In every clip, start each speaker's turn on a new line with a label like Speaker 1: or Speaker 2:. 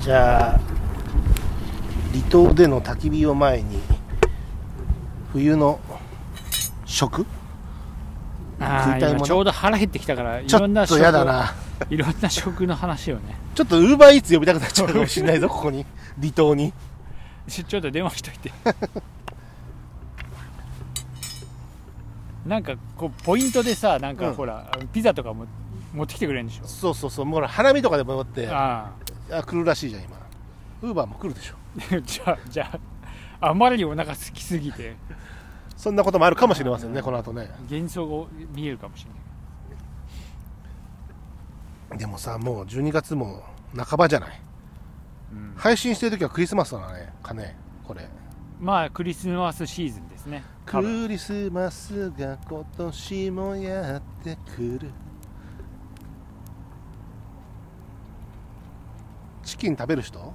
Speaker 1: じゃあ離島での焚き火を前に冬の食
Speaker 2: あ
Speaker 1: 食
Speaker 2: あ
Speaker 1: いたいもの
Speaker 2: 今ちょうど腹減ってきたからい
Speaker 1: ちょ
Speaker 2: ろんな
Speaker 1: っと
Speaker 2: 食
Speaker 1: やだな
Speaker 2: いろんな食の話をね
Speaker 1: ちょっとウーバーイーツ呼びたくなっちゃうかもしれないぞここ に離島に
Speaker 2: 出張で電話しといてなんかこうポイントでさなん
Speaker 1: う
Speaker 2: か
Speaker 1: ん
Speaker 2: ほら、ピザとかも持ってきてくれるんでしょ
Speaker 1: そうそうそうもうほら花見とかでもってあ
Speaker 2: あ
Speaker 1: 来るらしいじゃん今ウーバーも来るでしょ
Speaker 2: あ じゃあじゃああまりにお腹空きすぎて
Speaker 1: そんなこともあるかもしれませんねこの後ね
Speaker 2: 幻想が見えるかもしれない
Speaker 1: でもさもう12月も半ばじゃない
Speaker 2: うん
Speaker 1: 配信してる時はクリスマスだねかねこれ
Speaker 2: まあクリスマスシーズンですね多分
Speaker 1: クリスマスが今年もやってくるチキン食べる人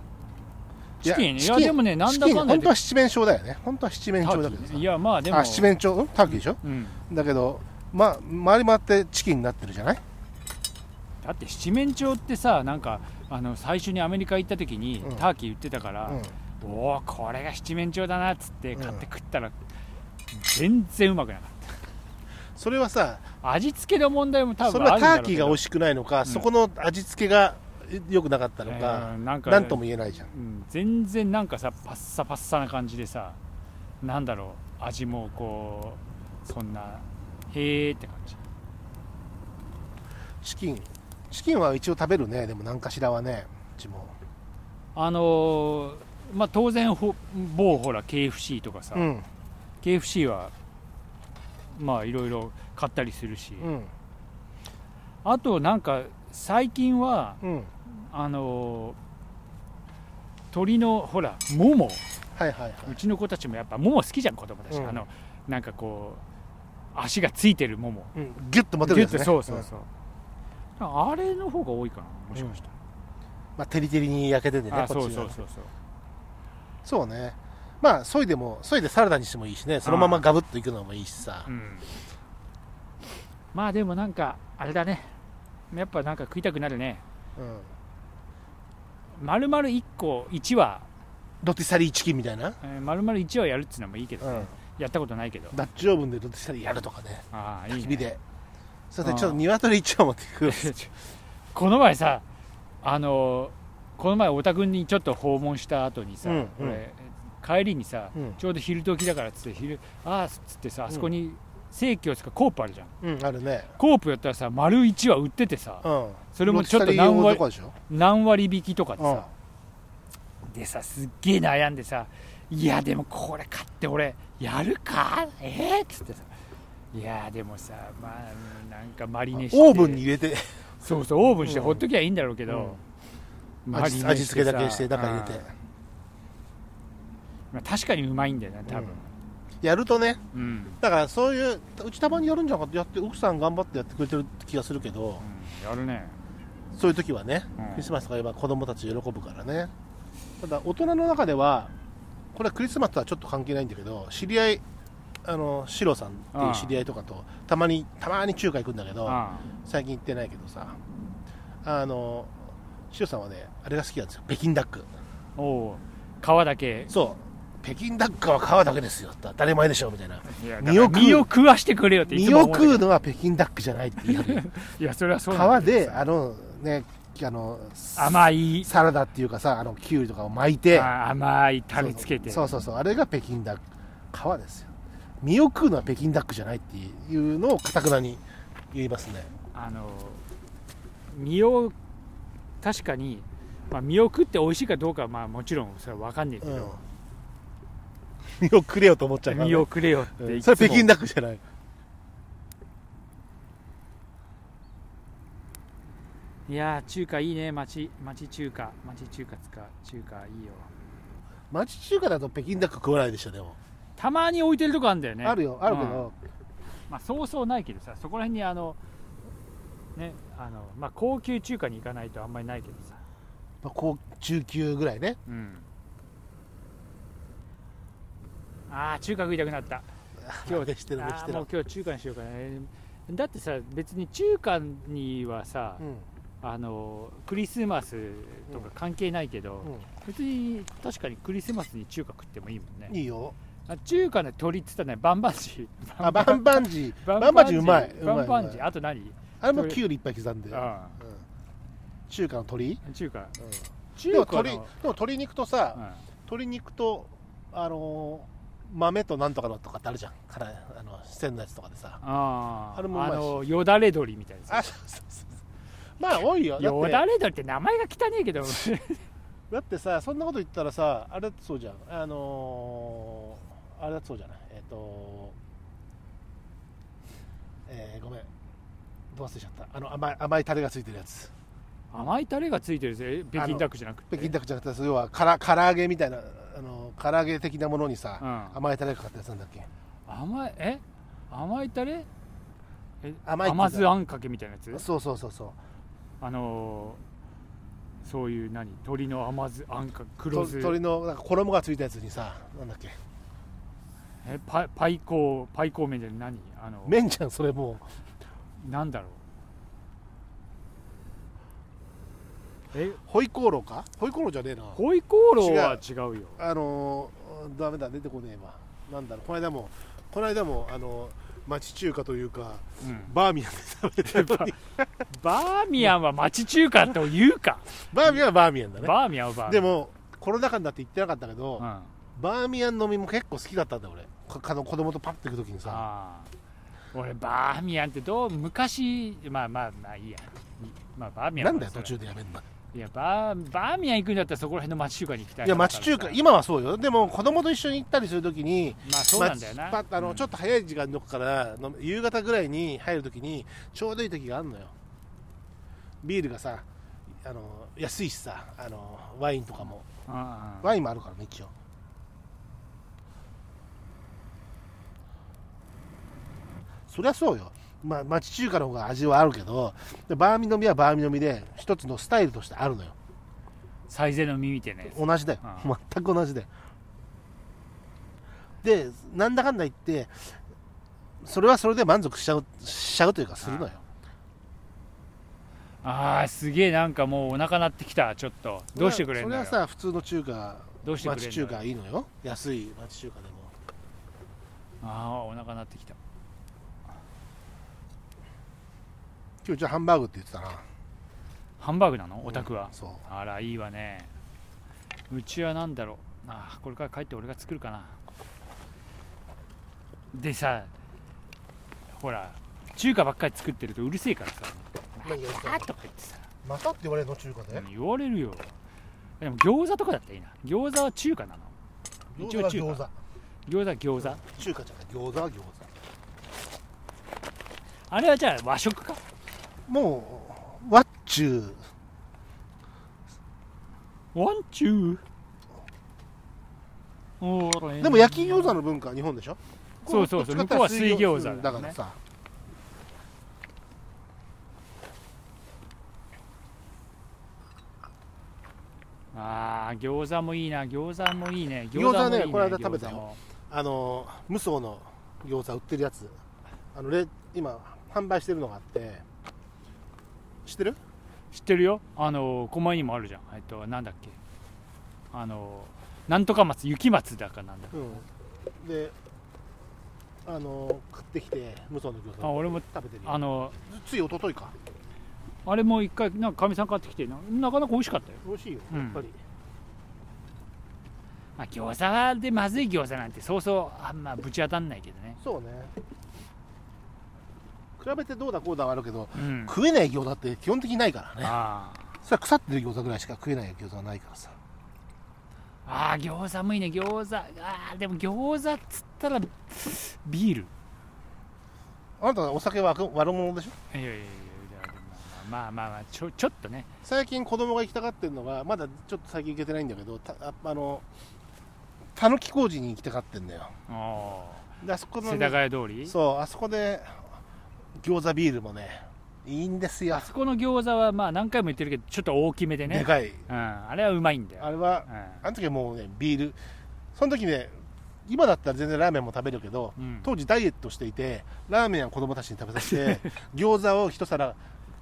Speaker 2: チキン
Speaker 1: や
Speaker 2: いやでもねなんだかんだ
Speaker 1: チキン本
Speaker 2: で
Speaker 1: 当は七面鳥だよね本当は七面鳥だけど
Speaker 2: ターキーいやまあでも
Speaker 1: さあ七面鳥うんターキーでしょ
Speaker 2: うん、
Speaker 1: だけどま回り回ってチキンになってるじゃない
Speaker 2: だって七面鳥ってさなんかあの最初にアメリカ行った時に、
Speaker 1: うん
Speaker 2: ターキー売ってたから、
Speaker 1: うん
Speaker 2: おおこれが七面鳥だなっつって
Speaker 1: うん
Speaker 2: 買って食ったら、全然うまくなかっ
Speaker 1: それはさ
Speaker 2: た味付けの問題も多
Speaker 1: そ
Speaker 2: 分
Speaker 1: れは
Speaker 2: あるんだ
Speaker 1: タ
Speaker 2: ろ
Speaker 1: ー
Speaker 2: う
Speaker 1: キ
Speaker 2: け
Speaker 1: ーが美
Speaker 2: ど
Speaker 1: 味しくないのか
Speaker 2: ん
Speaker 1: そこの味付けが良くなかったのか
Speaker 2: うんなんか
Speaker 1: 何とも言えないじゃん
Speaker 2: うん全然なんかさパッサパッサな感じでさなんだろう味もこうそんなへーって感じ
Speaker 1: チキンチキンは一応食べるねでも何かしらはねうちも
Speaker 2: あのーまあ当然ほ某ほら KFC とかさ、
Speaker 1: うん、
Speaker 2: KFC はまあいろいろ買ったりするし、
Speaker 1: うん、
Speaker 2: あとなんか最近は
Speaker 1: うん、
Speaker 2: あのー鳥のほらもも
Speaker 1: はいはいは
Speaker 2: うちの子たちもやっぱもも好きじゃん子供たち、
Speaker 1: うん
Speaker 2: あのなんかこう足がついてるもも
Speaker 1: い、うん、ギュッと持てるやつ、ね、
Speaker 2: そうそう
Speaker 1: う
Speaker 2: そう、あれの方が多いかなもしかした
Speaker 1: ん、まあ照り照りに焼けててねこ
Speaker 2: ら、あ
Speaker 1: っち
Speaker 2: そ
Speaker 1: が
Speaker 2: うそうそうそう
Speaker 1: そうねまあそいでもそいでサラダにしてもいいしねそのままガブッといくのもいいしさ
Speaker 2: うんまあでもなんかあれだねやっぱなんか食いたくなるね
Speaker 1: うん
Speaker 2: 丸々1個1は
Speaker 1: ロティサリーチキンみたいな、
Speaker 2: えー丸々1はやるっつうのもいいけど、
Speaker 1: うん、
Speaker 2: やったことないけど
Speaker 1: ダッチオーブンでロティサリーやるとかね
Speaker 2: ああいい、
Speaker 1: 焚
Speaker 2: ね
Speaker 1: き、火でそうね
Speaker 2: あー
Speaker 1: ちょっと鶏一丁持ってくる
Speaker 2: この前さあのこの前太田君にちょっと訪問した後にさ、
Speaker 1: うんうん
Speaker 2: 俺帰りにさ、
Speaker 1: うん
Speaker 2: ちょうど昼時だからっつって昼ああっつってさあそこに正規を使うコープあるじゃん
Speaker 1: うんあるね
Speaker 2: コープやったらさ丸1は売っててさ
Speaker 1: うん
Speaker 2: それもちょっと
Speaker 1: ロティサ
Speaker 2: 何
Speaker 1: リー用のと
Speaker 2: 割
Speaker 1: こでしょ
Speaker 2: 何割引きとかで
Speaker 1: うん
Speaker 2: さ、でさすっげえ悩んでさいやでもこれ買って俺やるかえっ、っつってさいやでもさまあうんなんかマリネして
Speaker 1: オーブンに入れて
Speaker 2: そうそうオーブンして
Speaker 1: うん
Speaker 2: ほっときゃいいんだろうけど、マリネ
Speaker 1: 味
Speaker 2: してさ
Speaker 1: 味付けだけして中入れて
Speaker 2: うんまあ、確かにうまいんだよな多分
Speaker 1: やるとね
Speaker 2: うん、うん
Speaker 1: だからそういううちたまにやるんじゃなかったやって奥さん頑張ってやってくれてる気がするけど
Speaker 2: やるね、
Speaker 1: そういう時はね
Speaker 2: うん
Speaker 1: クリスマスとか言えば子供たち喜ぶからねただ大人の中ではこれはクリスマスとはちょっと関係ないんだけど知り合いあのシロさんっていう知り合いとかとたまにたまに中華行くんだけど
Speaker 2: あ
Speaker 1: 最近行ってないけどさあのシロさんはねあれが好きなんですよ北京ダック
Speaker 2: あおう皮だけ
Speaker 1: そう北京ダックは皮だけですよ当たり前でしょみたいない
Speaker 2: や
Speaker 1: 身を食う
Speaker 2: だから身を食わしてくれよっていつ
Speaker 1: 身
Speaker 2: も
Speaker 1: を
Speaker 2: 思うんだけ
Speaker 1: 食
Speaker 2: ど
Speaker 1: うのは北京ダックじゃないって言うよ
Speaker 2: いやそれはそうなん
Speaker 1: 皮
Speaker 2: だけど
Speaker 1: で
Speaker 2: さ
Speaker 1: あのねあの
Speaker 2: 甘い
Speaker 1: サラダっていうかさあのキュウリとかを巻いて
Speaker 2: あ甘いタレつけて
Speaker 1: そうそうそうあれが北京ダック皮ですよ身を食うのは北京ダックじゃないっていうのをかたくなに言いますね
Speaker 2: あの身を確かに、まあ、身を食って美味しいかどうかはまあもちろんそれは分かんないけ
Speaker 1: うん
Speaker 2: ど、
Speaker 1: 身をくれよと思っちゃうからね
Speaker 2: 身をくれよって
Speaker 1: うん
Speaker 2: いつ
Speaker 1: そ
Speaker 2: も
Speaker 1: れ北京ダックじゃない
Speaker 2: いやー中華いいね町町中華町中華つか中華いいよ
Speaker 1: 町中華だと北京ダック食わないでしょでも、
Speaker 2: たまに置いてるとこあるんだよね
Speaker 1: あるよあるけど、
Speaker 2: まあ、そうそうないけどさそこら辺にあのねあのまあ高級中華に行かないとあんまりないけどさ
Speaker 1: まあ、高中級ぐらいね
Speaker 2: うんあー中華食いた くなった今
Speaker 1: 今日
Speaker 2: 日
Speaker 1: でしてるでし
Speaker 2: あ
Speaker 1: て
Speaker 2: ーも
Speaker 1: る
Speaker 2: う今日中華にしようかなだってさ別に中華にはさ、
Speaker 1: うん
Speaker 2: あのクリスマスとか関係ないけど、別に確かにクリスマスに中華食ってもいいもん
Speaker 1: うん、い
Speaker 2: ね
Speaker 1: いよ
Speaker 2: あ中華の鳥っつったらねバンバン ジー
Speaker 1: あバンバンジーバンバンジーうまいうまい
Speaker 2: バンバンジ
Speaker 1: う
Speaker 2: ー
Speaker 1: まい
Speaker 2: あと何
Speaker 1: あれもキュウリいっぱい刻んで、うん、
Speaker 2: あ
Speaker 1: 中華の鶏、
Speaker 2: あ中華
Speaker 1: うん
Speaker 2: 中
Speaker 1: でも
Speaker 2: 華
Speaker 1: 鶏で
Speaker 2: の
Speaker 1: も鶏肉とさ、
Speaker 2: うん
Speaker 1: 鶏肉とあのー豆となんとかのとかってあるじゃんからあの四川のやつとかでさ
Speaker 2: ああ
Speaker 1: あれもうまいし
Speaker 2: あのよだれ鶏みたいな
Speaker 1: あ
Speaker 2: や
Speaker 1: そうそうそうまあ多いよ
Speaker 2: つ
Speaker 1: だ
Speaker 2: よ
Speaker 1: っ
Speaker 2: だ
Speaker 1: て
Speaker 2: れ鶏って名前が汚いけど
Speaker 1: だってさそんなこと言ったらさあれだってそうじゃんあのーあれだってそうじゃないえっ、とえーごめんどう忘れちゃったあの甘い甘いタレがついてるやつ
Speaker 2: 甘いタレがついてるぜ北京ダックじゃなくて
Speaker 1: 北京ダックじゃなくて要はから唐揚げみたいなあの唐揚げ的なものにさ、
Speaker 2: うん
Speaker 1: 甘いタレがかかったやつなんだっけ
Speaker 2: 甘いえ甘いタレえ
Speaker 1: 甘いって言うんだ
Speaker 2: 甘酢あんかけみたいなやつ
Speaker 1: そうそうそうそう
Speaker 2: あのーそういう何鶏の甘酢あんか黒酢
Speaker 1: と鳥のなんか衣がついたやつにさなんだっけ
Speaker 2: えパパイコーパイコー麺じゃない何あの
Speaker 1: 麺じゃんそれも
Speaker 2: なんだろうえ
Speaker 1: うホイコーローかホイコーローじゃねえな
Speaker 2: ホイコーローは違うよ
Speaker 1: あのー、ダメだ出てこねえわなんだろうこの間もこの間もあのー町中華というか
Speaker 2: うん
Speaker 1: バーミヤンで食べてる のに
Speaker 2: バーミヤンは町中華とい うか
Speaker 1: バーミヤンはバーミヤンだね
Speaker 2: バーミヤンはバーミ
Speaker 1: で
Speaker 2: ヤン
Speaker 1: もコロナ禍になって行ってなかったけど、
Speaker 2: うん、あ
Speaker 1: バーミヤン飲みも結構好きだったんだよ俺かあの子供とパッて行く時にさ
Speaker 2: あ俺バーミヤンってどう昔まあまあまあいいやまあバーミヤン
Speaker 1: な
Speaker 2: は
Speaker 1: んだよ
Speaker 2: そ
Speaker 1: 途
Speaker 2: れ
Speaker 1: 中でやめんない
Speaker 2: やバーバーミヤン行くんだったらそこら辺の町中華に行きたい
Speaker 1: いや町中華今はそうよでも子供と一緒に行ったりする時に
Speaker 2: まあそうなんだよな、
Speaker 1: まあパッあのちょ
Speaker 2: っ
Speaker 1: っと早い時間のからの夕方ぐらいに入るときにちょうどいい時があるのよビールがさあの安いしさあのワインとかも
Speaker 2: と、うんうん
Speaker 1: ワインもあるからね一応そりゃそうよまあ町中華の方が味はあるけどでバーミ飲みはバーミ飲みで一つのスタイルとしてあるのよ
Speaker 2: 最善の耳みたいなやつ
Speaker 1: 同じだよ
Speaker 2: う
Speaker 1: 全く同じだよでなんだかんだ言ってそれはそれで満足しちゃうしちゃうというかするのよ
Speaker 2: あーすげえなんかもうお腹鳴ってきたちょっとどうしてくれん
Speaker 1: そ
Speaker 2: の
Speaker 1: れは
Speaker 2: よ
Speaker 1: さ普通の中華
Speaker 2: どうしてくれんの
Speaker 1: 町中華いいのよ安い町中華でも
Speaker 2: ああお腹鳴ってきた
Speaker 1: 今日じゃあハンバーグって言ってたな
Speaker 2: ハンバーグなのお宅は、
Speaker 1: そう
Speaker 2: あらいいわねうちは何だろうあーこれから帰って俺が作るかなでさほら中華ばっかり作ってるとうるせえからさ
Speaker 1: 何が
Speaker 2: あーとか言ってさ
Speaker 1: またって言われるの中華で
Speaker 2: うん言われるよでも餃子とかだったらいいな餃子は中華なの一応中華
Speaker 1: 餃子は
Speaker 2: 餃子は餃子、
Speaker 1: 餃子中華じゃない餃子は餃子
Speaker 2: あれはじゃあ和食か
Speaker 1: もう和中
Speaker 2: ワンチューおーれん
Speaker 1: でも焼き餃子の文化は日本でしょ
Speaker 2: そうそうそう
Speaker 1: こっちかって言ったら
Speaker 2: 向こうは水餃子だもんね
Speaker 1: だからさ
Speaker 2: ああ餃子もいいな餃子もいいね
Speaker 1: 餃子ね
Speaker 2: もいい
Speaker 1: この間食べたよ
Speaker 2: 餃子も
Speaker 1: あの無双の餃子売ってるやつあのレ今販売してるのがあって知ってる
Speaker 2: 知ってるよあの狛江にもあるじゃんえっとなんだっけあのなんとか松雪松だかなんだか
Speaker 1: うんであの食ってきて無双の餃子
Speaker 2: あ俺も
Speaker 1: 食べてるよ
Speaker 2: あの
Speaker 1: つい一昨日か
Speaker 2: あれも一回なんかかみさん買ってきてななかなか美味しかったよ
Speaker 1: 美味しいよ
Speaker 2: うん
Speaker 1: やっぱり、
Speaker 2: まあ餃子でまずい餃子なんてそうそうあんまぶち当たんないけどね
Speaker 1: そうね比べてどうだこうだはあるけど
Speaker 2: うん
Speaker 1: 食えない餃子って基本的にないからね
Speaker 2: あ
Speaker 1: それは腐ってる餃子ぐらいしか食えない餃子はないからさ
Speaker 2: ーあー餃子もいいね餃子あーでも餃子っつったらビール
Speaker 1: あなたはお酒は悪者でしょ
Speaker 2: いやいやいやいやでもまあまあまあちょちょっとね
Speaker 1: 最近子供が行きたがってるのがまだちょっと最近行けてないんだけどたああのたぬき工事に行きたがってんだよ
Speaker 2: お
Speaker 1: であそこ
Speaker 2: ー
Speaker 1: の
Speaker 2: 世
Speaker 1: ね、
Speaker 2: 田谷通り
Speaker 1: そうあそこで餃子ビールもねいいんですよ
Speaker 2: あそこの餃子はまあ何回も言ってるけどちょっと大きめでね
Speaker 1: でかい
Speaker 2: うん、あれはうまいんだよ
Speaker 1: あれはあの時はもうねビールその時ね今だったら全然ラーメンも食べるけど
Speaker 2: うん、うん
Speaker 1: 当時ダイエットしていてラーメンは子供たちに食べさせて餃子を一皿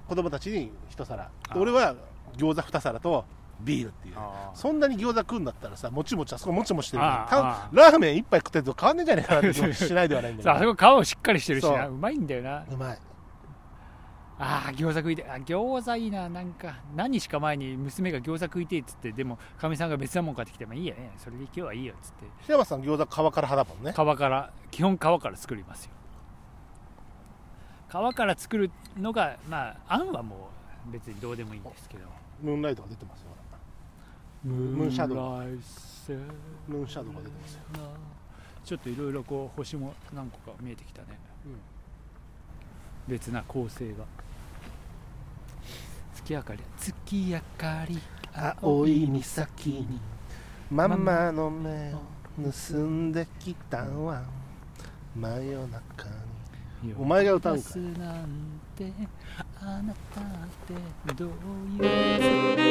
Speaker 1: 子供たちに一皿
Speaker 2: あ
Speaker 1: で俺は餃子二皿とビールっていう
Speaker 2: あー
Speaker 1: そんなに餃子食うんだったらさもちもちあそこもちもちしてる
Speaker 2: あー
Speaker 1: から
Speaker 2: あ
Speaker 1: たラーメン一杯食ってると変わんねえんじゃねえかなって気もしないではないんだけ
Speaker 2: さあ
Speaker 1: ど
Speaker 2: そこ皮しっかりしてるしな
Speaker 1: そう
Speaker 2: うまいんだよな
Speaker 1: うまい
Speaker 2: ああ餃子食いてえあ餃子いいななんか何日か前に娘が餃子食いてえっつってでもかみさんが別なもん買ってきてもいいやねそれで今日はいいよっつって
Speaker 1: 檜山さん餃子皮から派だもんね
Speaker 2: 皮から基本皮から作りますよ皮から作るのがまああんはもう別にどうでもいいんですけど
Speaker 1: ムーンライトが出てますよ
Speaker 2: ム
Speaker 1: ーンシャドウ
Speaker 2: ライス
Speaker 1: ムーンシャドウが出てますよ
Speaker 2: ちょっといろいろこう星も何個か見えてきたね、
Speaker 1: うん
Speaker 2: 別な構成が月明かり月明かり
Speaker 1: 青い岬にママの目を盗んできたわ真夜中にお前が歌うんかい
Speaker 2: なんてあなたってどういう